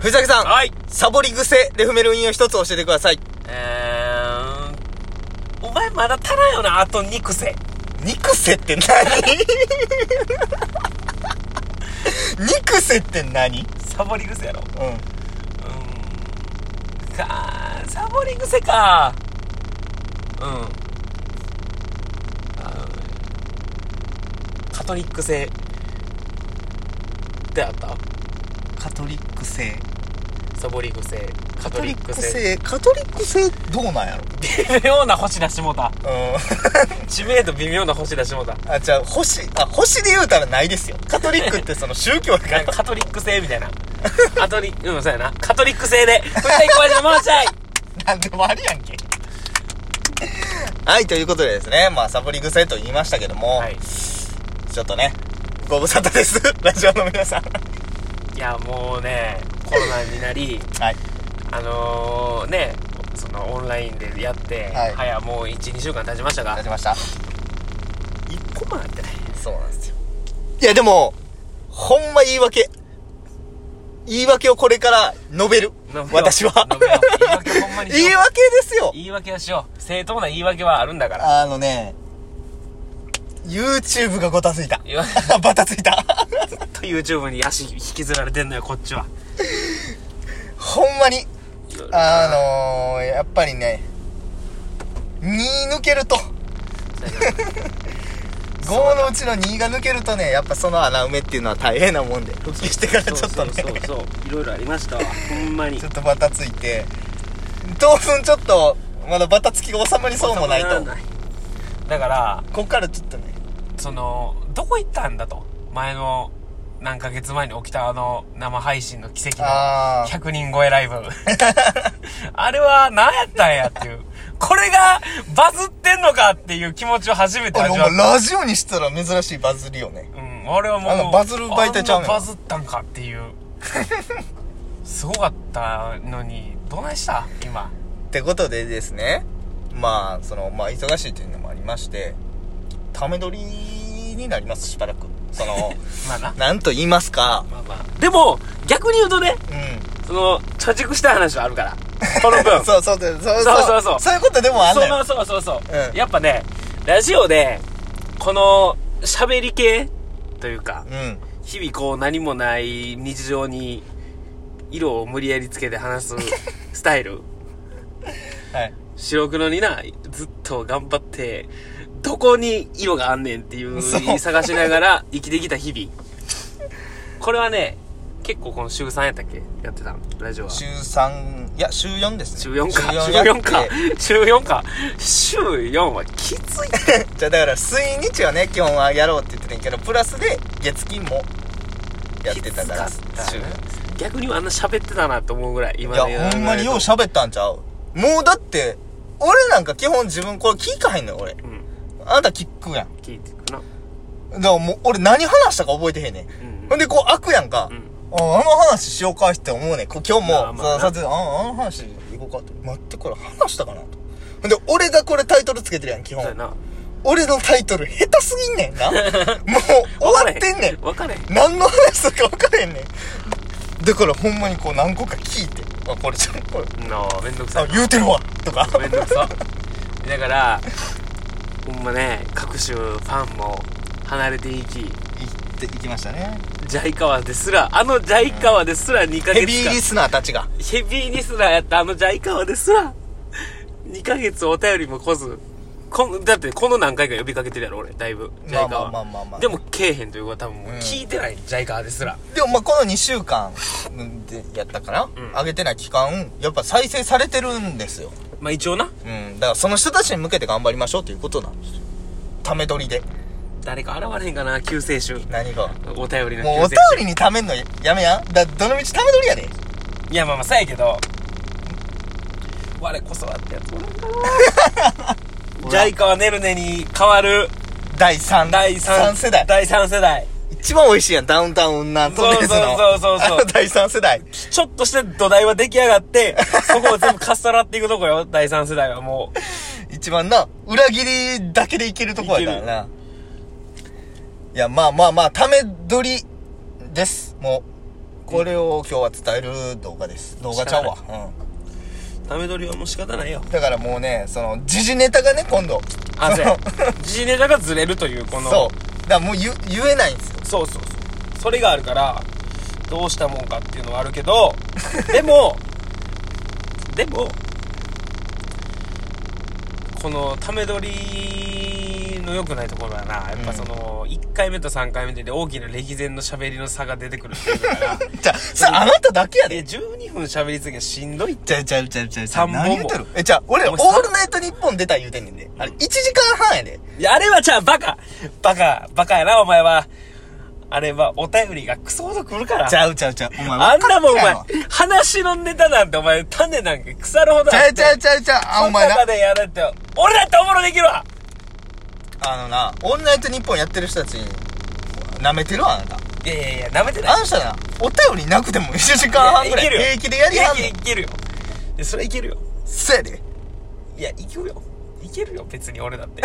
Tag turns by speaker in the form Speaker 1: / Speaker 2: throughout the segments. Speaker 1: 藤崎さん、
Speaker 2: はい
Speaker 1: サボり癖で踏める運用一つ教えてください。
Speaker 2: えーん、お前まだ足らんよな、あと2癖。
Speaker 1: 肉せって何肉せって何うん。
Speaker 2: サボり癖やろ。うーん。かー、サボり癖か。うん。あーカトリック性ってあった
Speaker 1: カトリック性。
Speaker 2: サボり癖、カ
Speaker 1: カト
Speaker 2: ト
Speaker 1: リ
Speaker 2: リ
Speaker 1: ッ
Speaker 2: ッ
Speaker 1: ク
Speaker 2: ク性。
Speaker 1: 性。カトリック性どうなんやろ
Speaker 2: 微妙な星出しもうた。
Speaker 1: うん。
Speaker 2: 知名度微妙な星出しもうた。
Speaker 1: あ、じゃあ、星、あ、星で言うたらないですよ。カトリックってその宗教やか
Speaker 2: なん
Speaker 1: ら。
Speaker 2: かカトリック性みたいな。カトリ ック、うん、そうやな。カトリック性で、これで一個で回しちゃい
Speaker 1: なんでもありやんけ。 はい、ということでですね、まあ、サボり癖と言いましたけども、
Speaker 2: はい。
Speaker 1: ちょっとね、ご無沙汰です。 ラジオの皆さん。
Speaker 2: いや、もうね、コロナになり、
Speaker 1: はい。
Speaker 2: あのー、ね、そのオンラインでやって、
Speaker 1: は
Speaker 2: はいい、もう1、2週間経ちました
Speaker 1: 出
Speaker 2: が、
Speaker 1: しました
Speaker 2: 一個もなってない。
Speaker 1: そうなんですよ。いや、でも、ほんま言い訳。言い訳をこれから述べる
Speaker 2: 飲めよ。
Speaker 1: 私は。
Speaker 2: 飲めよ言い訳ほんまに し
Speaker 1: 言い
Speaker 2: よう。
Speaker 1: 訳ですよ。
Speaker 2: 言い訳はしよう。正当な言い訳はあるんだから。
Speaker 1: あのね、YouTube がごたついた。
Speaker 2: 言わ
Speaker 1: バタついた。
Speaker 2: ずっと YouTube に足引きずられてんのよ、こっちは。
Speaker 1: ほんまに。あのー、やっぱりね、2抜けると、5のうちの2が抜けるとね、やっぱその穴埋めっていうのは大変なもんで、復帰してからちょっとね、
Speaker 2: そうそうそうそういろいろありましたわほんまに
Speaker 1: ちょっとバタついて、当分ちょっと、まだバタつきが収まりそうもない
Speaker 2: 収
Speaker 1: と
Speaker 2: ま。らだから
Speaker 1: こっからちょっとね、
Speaker 2: そのどこ行ったんだと前の何ヶ月前に起きたあの生配信の奇跡の
Speaker 1: あー
Speaker 2: 100人超えライブ あれは何やったんやっていうこれがバズってんのかっていう気持ちを初めて
Speaker 1: 俺お
Speaker 2: 味わっ
Speaker 1: 前
Speaker 2: た
Speaker 1: ラジオにしたら珍しいバズりよね。
Speaker 2: うん、俺はもう
Speaker 1: あのバズる媒体ちゃうねん
Speaker 2: あんなバズったんかっていう すごかったのにどないした今
Speaker 1: ってことでですねまあそのまあ忙しいというのもありましてため撮りになりますしばらくそ の
Speaker 2: まあな
Speaker 1: なんと言いますか
Speaker 2: まあまあでも逆に言うとね
Speaker 1: うん
Speaker 2: その貯蓄した話はあるからこの分
Speaker 1: そうそうそうそう
Speaker 2: そうそうそう
Speaker 1: そういうことでもあん
Speaker 2: そ
Speaker 1: ね
Speaker 2: うんそうそうそうそう、
Speaker 1: うん
Speaker 2: やっぱねラジオでこの喋り系というか
Speaker 1: うん
Speaker 2: 日々こう何もない日常に色を無理やりつけて 話すスタイル
Speaker 1: はい
Speaker 2: 白黒になずっと頑張ってどこに色があんねんっていう
Speaker 1: そう
Speaker 2: 探しながら生きてきた日々これはね結構この週3やったっけやってたのラジオは
Speaker 1: 週3いや週4ですね
Speaker 2: 週4
Speaker 1: 週
Speaker 2: か週
Speaker 1: 4やっ
Speaker 2: 4
Speaker 1: て
Speaker 2: か週4か週4はきつい
Speaker 1: じゃあだから水日はね基本はやろうって言ってたんやけどプラスで月金もやってたから
Speaker 2: きつかったよね逆にあんな喋ってたなと思うぐらい今
Speaker 1: いやほんまによう
Speaker 2: し
Speaker 1: 喋ったんちゃうもうだって俺なんか基本自分これ聞いかへんのよ俺
Speaker 2: うん
Speaker 1: あんた聞くやん
Speaker 2: 聞いてく
Speaker 1: だ
Speaker 2: な
Speaker 1: からもう、俺何話したか覚えてへんねん。
Speaker 2: うん
Speaker 1: ほんで、こう、開くやんか。
Speaker 2: うん
Speaker 1: ああの話しようかって思うねん。こう今日も、
Speaker 2: まあまあな
Speaker 1: その撮影でああ、あの話行こうかって。待って、これ話したかなと。ほんで、俺がこれタイトルつけてるやん、基
Speaker 2: そう
Speaker 1: 本
Speaker 2: や。な
Speaker 1: 俺のタイトル下手すぎんねん な。もう、終わってんねん。
Speaker 2: 分かれへん
Speaker 1: 何の話するか分からへんねん。だから、ほんまにこう、何個か聞いて。あ、これちゃう、これ。
Speaker 2: なあめんどくさ
Speaker 1: あ、
Speaker 2: い
Speaker 1: 言うてるわとか。
Speaker 2: めんどくさだからほんまね各種ファンも離れていき
Speaker 1: 行って、行きましたね。
Speaker 2: ジャイカワですらあのジャイカワですら2ヶ月間
Speaker 1: ヘビーリスナーたちが。
Speaker 2: ヘビーリスナーやったあのジャイカワですら、2ヶ月お便りも来ず、こんだってこの何回か呼びかけてるやろ、俺、だいぶ。ジャイカワ。
Speaker 1: まあまあまあまあまあ
Speaker 2: でも、けえへんということは多分もう
Speaker 1: うん
Speaker 2: 聞いてない、ジャイカワですら。
Speaker 1: でもまあこの2週間でやったかな、
Speaker 2: ん
Speaker 1: 上げてない期間やっぱ再生されてるんですよ
Speaker 2: まあ一応な、
Speaker 1: うんだからその人たちに向けて頑張りましょうということなんですよため取りで
Speaker 2: 誰か現れへんかな、救世主。
Speaker 1: 何が
Speaker 2: お便りの
Speaker 1: もうお
Speaker 2: 救
Speaker 1: 便
Speaker 2: 世
Speaker 1: りにためんのやめやだどのみちため取りやで
Speaker 2: 主。いや、まあまあ、さやけど、我こそはってやつおらんか な。ジャイカワねるねに変わる
Speaker 1: 第 3,
Speaker 2: 第3
Speaker 1: 世代
Speaker 2: 第3世代。
Speaker 1: 一番美味しいやんダウンタウンなんとですの
Speaker 2: そうそうそうそうそう
Speaker 1: あの 第3世代
Speaker 2: ちょっとして土台は出来上がって、そこを全部かっさらっていくとこよ、第3世代はもう。
Speaker 1: 一番な裏切りだけでいけるとこやからないやまあまあまあため取りですもうこれを今日は伝える動画です動画ちゃうわう
Speaker 2: ため撮りはもう仕方ないよ
Speaker 1: んだからもうねその時事ネタがね今度
Speaker 2: あ
Speaker 1: そ
Speaker 2: そう
Speaker 1: の
Speaker 2: や時事ネタがずれるというこの
Speaker 1: そうだからもう言言えないんですよ
Speaker 2: そうそうそうそれがあるからどうしたもんかっていうのはあるけどでもでもこのため撮りの良くないところはなやっぱその1回目と3回目で大きな歴然の喋りの差が出てくるっていうの かな
Speaker 1: じゃあそれあなただけや
Speaker 2: え
Speaker 1: で
Speaker 2: 12分喋りすぎはしんどいって
Speaker 1: ちゃうちゃうちゃうちゃうちゃう
Speaker 2: 三本も
Speaker 1: 何言ってるえじゃあ俺らオ
Speaker 2: お前三
Speaker 1: ールナイトニッポン出た言うてんねんであれ1時間半やで
Speaker 2: いやあれはじゃあバカバカバカやなお前はあれはお便りがクソほど来るから
Speaker 1: ちゃうちゃうちゃうお前
Speaker 2: あんなもんお前
Speaker 1: 分かっ、
Speaker 2: 話のネタなんてお前、種なんか腐るほど
Speaker 1: てんやろちゃう
Speaker 2: ち
Speaker 1: ちゃうちゃうちゃうあお前な
Speaker 2: 中でやるって、俺だっておもろできるわ
Speaker 1: あのなオールナイトニッポンやってる人たちなめてるわあなた
Speaker 2: いやいやいや、舐めてない。
Speaker 1: あの人なお便りなくても1時間半ぐらい
Speaker 2: いやいけ
Speaker 1: 平気
Speaker 2: るよ
Speaker 1: でやりはん
Speaker 2: い
Speaker 1: ね
Speaker 2: やい
Speaker 1: ん
Speaker 2: けいけるよ。いやそれいけるよ。
Speaker 1: せやで
Speaker 2: いや、いけるよ。いけるよ、別に俺だ って。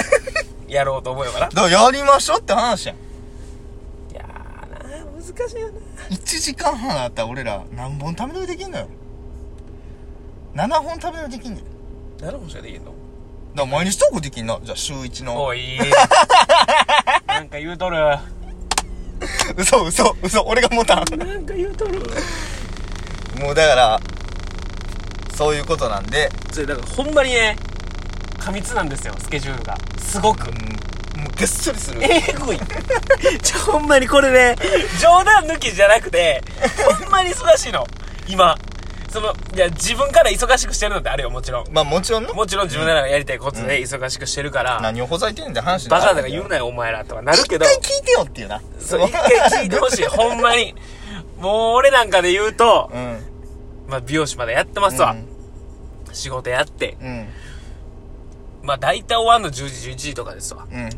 Speaker 2: やろうと思えばな。い
Speaker 1: だからやりましょうって話やん
Speaker 2: やーなー、難しいよな。
Speaker 1: 1時間半あったら俺ら何本食べ取りできんのよ7本食べ取りできんねんだか
Speaker 2: 何もしかできんの
Speaker 1: ら毎日トークできんなじゃあ週1の
Speaker 2: おい。 なんか言うとる。
Speaker 1: 嘘嘘嘘俺が持たん
Speaker 2: なんか言うとる。
Speaker 1: もうだからそういうことなんで、
Speaker 2: それ、だからほんまにね、過密なんですよ、スケジュールが。すごく。
Speaker 1: うん、もうげっそりする
Speaker 2: えぐい。 ちょ、ほんまにこれね、冗談抜きじゃなくて、ほんまに忙しいの。今。その、いや、自分から忙しくしてるのってあるよ、もちろん。
Speaker 1: まあもちろんな
Speaker 2: もちろん自分らがやりたいことで忙しくしてるから、
Speaker 1: 何をほざいてんねんって話にな
Speaker 2: バ
Speaker 1: る
Speaker 2: カだから言うなよ、お前らとはなるけど、
Speaker 1: 一回聞いてよっていうな
Speaker 2: そう、一回聞いてほしい、ほんまに。もう俺なんかで言う と、
Speaker 1: うん
Speaker 2: まあ、美容師まだやってますわ。仕事やって。
Speaker 1: うんうん
Speaker 2: まあ、大体終わんの10時、11時とかですわ。
Speaker 1: うん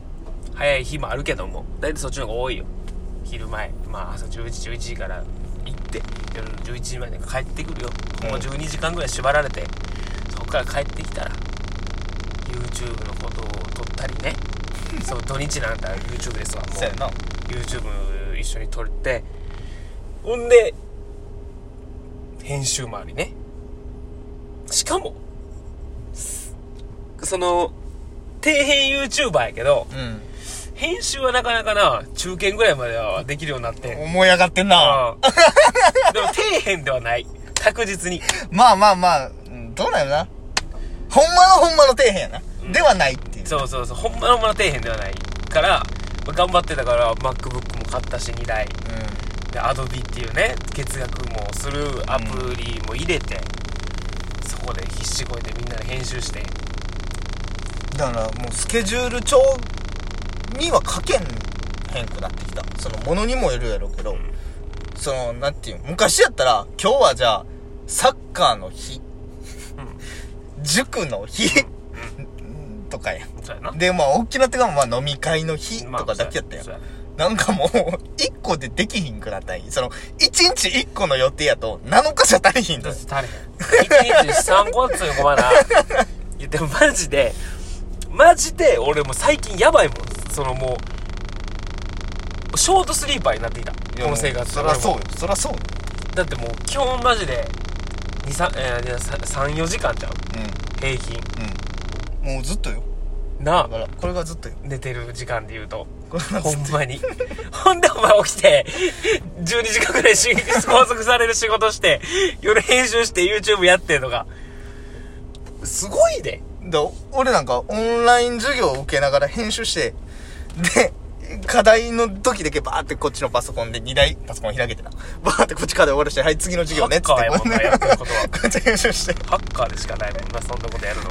Speaker 2: 早い日もあるけども大体そっちの方が多いよ昼前まあ朝10時11時から行って夜の11時まで帰ってくるよもう12時間ぐらい縛られてそこから帰ってきたら YouTube のことを撮ったり ねそう土日なんだ YouTube ですわも
Speaker 1: そうやな
Speaker 2: う YouTube 一緒に撮ってほんで編集もありねしかもすその底辺 YouTuber やけど、
Speaker 1: うん
Speaker 2: 編集はなかなかな、中堅ぐらいまではできるようになって。うん。
Speaker 1: 思い上がってんな
Speaker 2: でも、底辺ではない。確実に。
Speaker 1: まあまあまあうんどうなんやろなほんまのほんまの底辺やな、ではないっていう
Speaker 2: そうそうそう。ほんまのほんまの底辺ではないから、まあ頑張ってたから、MacBook も買ったし、2台。
Speaker 1: う
Speaker 2: で、Adobe っていうね、月額もするアプリも入れて、そこで必死こいてみんなで編集して。
Speaker 1: んだからもうスケジュール帳には書けんへんくなってきたそのものにもよるやろうけど、
Speaker 2: ん
Speaker 1: そのなんていう昔やったら今日はじゃあサッカーの日、塾の日、とかや
Speaker 2: そうやな。
Speaker 1: でまあ大きな手がまあ飲み会の日とかだけやったやん、
Speaker 2: そうや
Speaker 1: なんかもう、一個でできひんくなったんやその、一日一個の予定やと、7日じゃ足りひん
Speaker 2: だ
Speaker 1: と
Speaker 2: っ。て足りへん。1日3個っつうのまだ。いや、でもマジで、マジで俺もう最近やばいもん。そのもう、ショートスリーパーになっていた。この生活。
Speaker 1: そらそう
Speaker 2: 俺
Speaker 1: よ
Speaker 2: も。
Speaker 1: そらそうよ。
Speaker 2: だってもう基本マジで、2、3、えー、3、4時間ちゃう。平均。
Speaker 1: うん。うん。もうずっとよ。
Speaker 2: な
Speaker 1: だ
Speaker 2: あ
Speaker 1: か。ら、これがずっとよ。
Speaker 2: 寝てる時間で言うと。
Speaker 1: これが
Speaker 2: ほ
Speaker 1: ずっ
Speaker 2: んまに。ほんでお前起きて、12時間くらいし拘束される仕事して、夜編集して YouTube やってとか。すごいで。
Speaker 1: と。で、俺なんか、オンライン授業を受けながら編集して、で、課題の時だけバーってこっちのパソコンで2台パソコン開けてな。バーってこっち課題終わらして、はい、次の授業ねっつって。
Speaker 2: ハッカーやもんなやってることは
Speaker 1: こっち編集して。
Speaker 2: ハッカーでしかないもんな、そんなことやるの。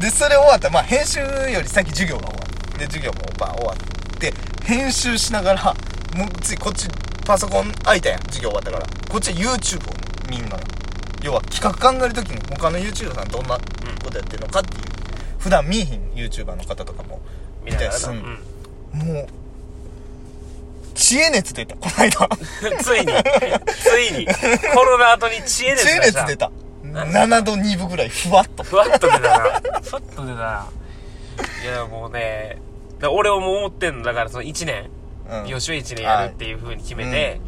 Speaker 1: でそれ終わったらまあ編集より先授業が終わってで授業もまあ終わって編集しながらもう次こっちパソコン開いたやん授業終わったからこっち YouTube を見んのよ要は企画考える時に他の YouTuber さんどんなことやってるのかっていう普段見えひん YouTuber の方とかも見
Speaker 2: みた
Speaker 1: た
Speaker 2: い
Speaker 1: り
Speaker 2: な
Speaker 1: す
Speaker 2: な。うん
Speaker 1: の
Speaker 2: ん。
Speaker 1: もう知恵熱出たこの間
Speaker 2: ついに、 ついに、コロナ後に知恵で
Speaker 1: 知恵
Speaker 2: す
Speaker 1: 熱出。た7度2分ぐらいふわっと
Speaker 2: ふわっと出たな。ふわっと出たな。いや、もうね、だから俺はもう思ってんの。だからその1年、
Speaker 1: うん
Speaker 2: 美容師を1年やるっていう風に決めて、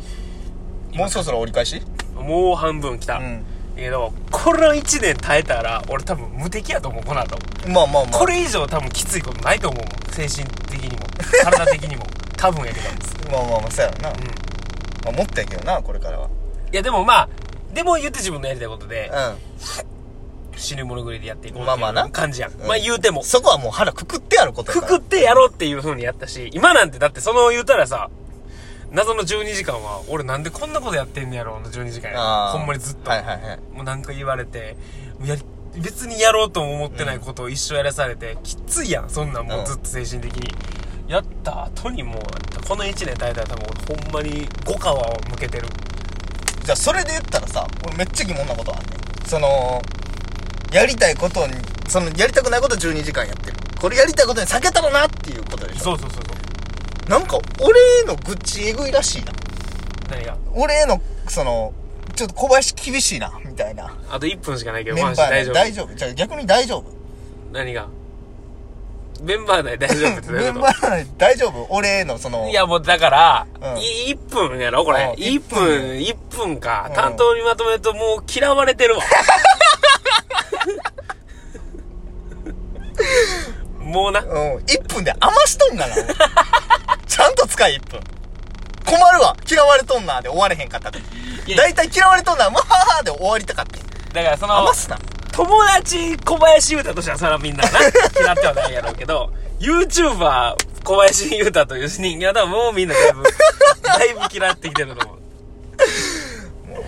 Speaker 1: もうそろそろ折り返し
Speaker 2: もう半分来た、
Speaker 1: うん
Speaker 2: けどこの1年耐えたら俺多分無敵やと思うこの後
Speaker 1: まあまあまあ
Speaker 2: これ以上多分きついことないと思うもん精神的にも体的にも多分やけど
Speaker 1: まあまあまあそうやろな、
Speaker 2: うん
Speaker 1: まあ、もったやけどなこれからはい
Speaker 2: やでもまあでも言って自分のやりたいことで
Speaker 1: う
Speaker 2: 死ぬ物狂いでやっていこう
Speaker 1: まあ
Speaker 2: って、
Speaker 1: まあない
Speaker 2: う感じやん、
Speaker 1: ん
Speaker 2: まあ言うても
Speaker 1: そこはもう腹くくってやることや
Speaker 2: く
Speaker 1: から
Speaker 2: くってやろうっていう風にやったし今なんてだってその言うたらさ謎の12時間は俺なんでこんなことやってんねやろうの12時間や
Speaker 1: あー
Speaker 2: ほんまにずっと、
Speaker 1: はいはいはい
Speaker 2: もうなんか言われてもうやり別にやろうとも思ってないことを一生やらされて、きついやんそんなんもうずっと精神的に、やった後にもうこの1年耐えたら多分俺ほんまに5皮を向けてる
Speaker 1: じゃあそれで言ったらさ俺めっちゃ疑問なことあんねんそのやりたいことにそのやりたくないこと12時間やってるこれやりたいことに避けたらなっていうことでしょ
Speaker 2: そうそうそうそう
Speaker 1: なんか俺への愚痴えぐいらしいな
Speaker 2: 何が
Speaker 1: 俺へのそのちょっと小林厳しいなみたいな
Speaker 2: あと1分しかないけど、
Speaker 1: メンバ
Speaker 2: マ
Speaker 1: ー
Speaker 2: ジ大
Speaker 1: 内
Speaker 2: 丈夫。
Speaker 1: 大丈夫じゃあ逆に大丈夫
Speaker 2: 何がメンバー内大丈夫ってどうい
Speaker 1: メ
Speaker 2: う
Speaker 1: ン
Speaker 2: こ
Speaker 1: バー内大丈夫俺へのその
Speaker 2: といや、もうだから、
Speaker 1: うん
Speaker 2: い1分やろこれ。
Speaker 1: うん
Speaker 2: 1分、1分か。
Speaker 1: うん
Speaker 2: 担当にまとめるともう嫌われてるわ。 もうな。
Speaker 1: うん、1分で余しとんがな。 ちゃんと使え、1分。困るわ嫌われとんなで終われへんかった
Speaker 2: いや
Speaker 1: だいたい嫌われとんなまはははで終わりたかった。
Speaker 2: だからその
Speaker 1: 余、すな。
Speaker 2: 友達小林優太としてはそれはみんなな、嫌ってはないやろうけど、YouTuber 小林優太という人間は多分もうみんなだいぶ、だいぶ嫌ってきてると思う。
Speaker 1: も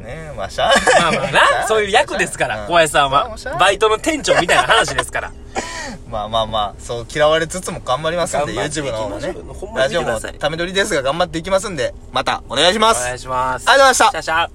Speaker 1: うね、まあしゃあ
Speaker 2: まあまあな、そういう役ですから、小林さんは。バイ
Speaker 1: ト。
Speaker 2: トの店長みたいな話ですから。
Speaker 1: まあまあまあ、そう嫌われつつも頑張りますんで、
Speaker 2: 頑張ってい
Speaker 1: YouTube
Speaker 2: きま
Speaker 1: の
Speaker 2: しょ
Speaker 1: 方
Speaker 2: う
Speaker 1: もね
Speaker 2: ほん。ま
Speaker 1: ラ
Speaker 2: 見
Speaker 1: ジ
Speaker 2: て
Speaker 1: オ
Speaker 2: くだ
Speaker 1: も
Speaker 2: さい
Speaker 1: ため撮りですが頑張っていきますんで、またお願いしま
Speaker 2: お
Speaker 1: す。あり
Speaker 2: 願
Speaker 1: が
Speaker 2: いします。
Speaker 1: とうございました
Speaker 2: シャ。シャ。